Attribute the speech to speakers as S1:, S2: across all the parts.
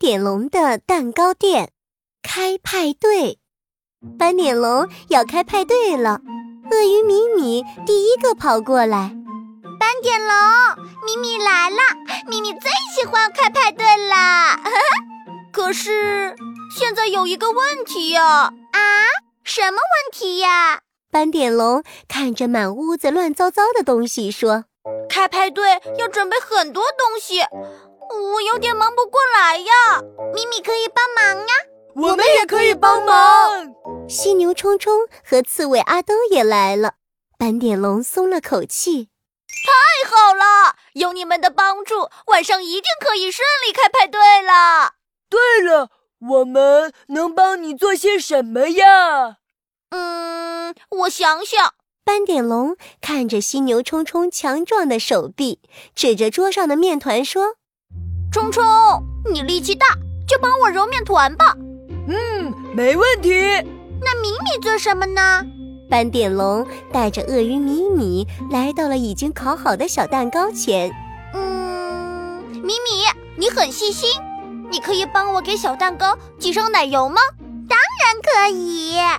S1: 点龙的蛋糕店开派对，斑点龙要开派对了。鳄鱼米米第一个跑过来，
S2: 斑点龙，米米来了，米米最喜欢开派对啦。 可是现在有一个问题呀、啊，啊，什么问题呀、啊？
S1: 斑点龙看着满屋子乱糟糟的东西说：“
S2: 开派对要准备很多东西，我有点忙不过来呀。米米可以帮忙呀、啊，
S3: 我们也可以帮忙。”
S1: 犀牛冲冲和刺猬阿兜也来了，斑点龙松了口气。
S2: 太好了，有你们的帮助，晚上一定可以顺利开派对了。
S3: 对了，我们能帮你做些什么呀？
S2: 嗯，我想想。
S1: 斑点龙看着犀牛冲冲强壮的手臂，指着桌上的面团说：“
S2: 冲冲，你力气大，就帮我揉面团吧。”
S3: 嗯，没问题。
S2: 那米米做什么呢？
S1: 斑点龙带着鳄鱼米米来到了已经烤好的小蛋糕前。
S2: 嗯，米米，你很细心，你可以帮我给小蛋糕挤上奶油吗？
S4: 当然可以。
S2: 啊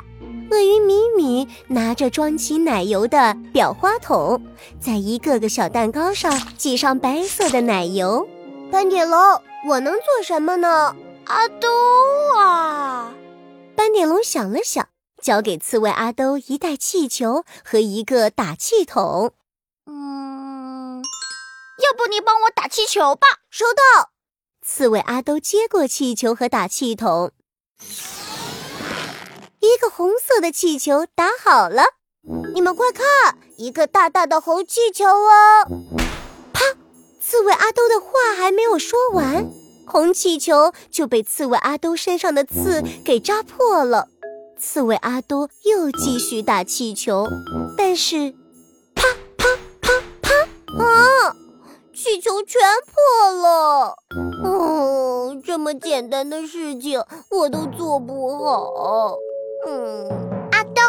S1: 鳄鱼米米拿着装起奶油的裱花筒，在一个个小蛋糕上挤上白色的奶油。
S5: 斑点龙，我能做什么呢？
S2: 阿兜啊！
S1: 斑点龙想了想，交给刺猬阿兜一袋气球和一个打气筒。
S2: 嗯，要不你帮我打气球吧？
S5: 收到。
S1: 刺猬阿兜接过气球和打气筒，一个红色的气球打好了。
S5: 你们快看，一个大大的红气球哦！
S1: 啪！刺猬阿兜的话还没有说完。红气球就被刺猬阿兜身上的刺给扎破了。刺猬阿兜又继续打气球，但是，啪啪啪嗯啪，
S5: 啊！气球全破了。
S1: 嗯
S5: 哦，这么简单的事情我都做不好。
S2: 嗯，阿兜，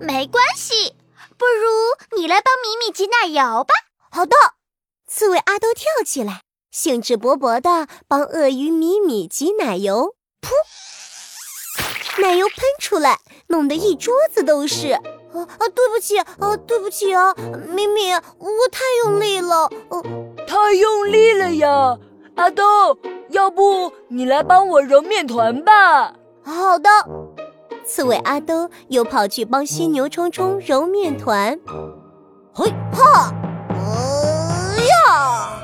S2: 没关系，不如你来帮米米挤奶油吧。
S5: 好的。
S1: 刺猬阿兜跳起来。兴致勃勃地帮鳄鱼米米挤奶油，噗！奶油喷出来，弄得一桌子都是。
S5: 啊啊，对不起，啊对不起啊，米米，我太用力
S1: 哦
S5: 了，呃、啊，
S3: 太用力了呀！阿豆，要不你来帮我揉面团吧？
S5: 好的。
S1: 刺猬阿兜又跑去帮犀牛冲冲揉面团，
S5: 嘿哈，哎呀！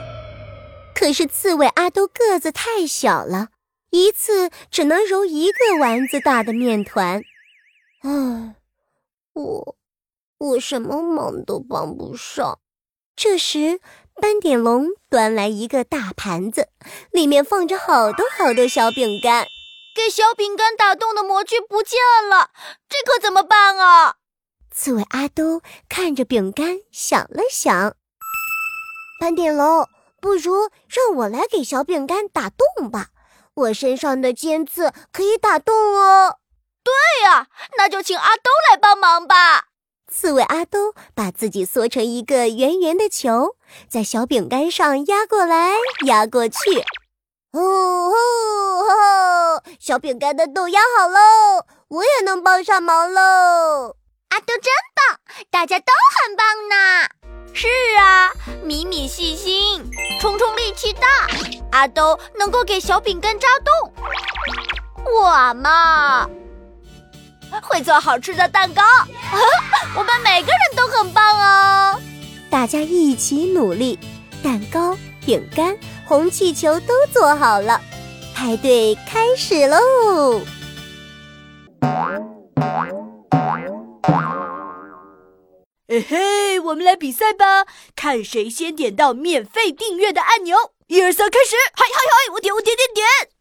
S1: 可是刺猬阿兜个子太小了，一次只能揉一个丸子大的面团。
S5: 唉，我我什么忙都帮不上。
S1: 这时，斑点龙端来一个大盘子，里面放着好多好多小饼干。
S2: 给小饼干打洞的模具不见了，这可怎么办啊？
S1: 刺猬阿兜看着饼干，想了想，
S5: 斑点龙。不如让我来给小饼干打洞吧，我身上的尖刺可以打洞哦。
S2: 对呀、啊，那就请阿兜来帮忙吧。
S1: 刺猬阿兜把自己缩成一个圆圆的球，在小饼干上压过来压过去。
S5: 哦吼吼！小饼干的洞压好喽，我也能帮上忙喽。
S2: 阿兜啊真棒，大家都很棒呢。是啊，米米细心，冲冲力气大，阿兜能够给小饼干扎洞。我嘛，会做好吃的蛋糕。我们每个人都很棒哦！
S1: 大家一起努力，蛋糕、饼干、红气球都做好了，派对开始喽！
S6: 嘿
S3: 哎
S6: 嘿，我们来比赛吧，看谁先点到免费订阅的按钮！一二三，开始！嗨嗨嗨，我点我点点点！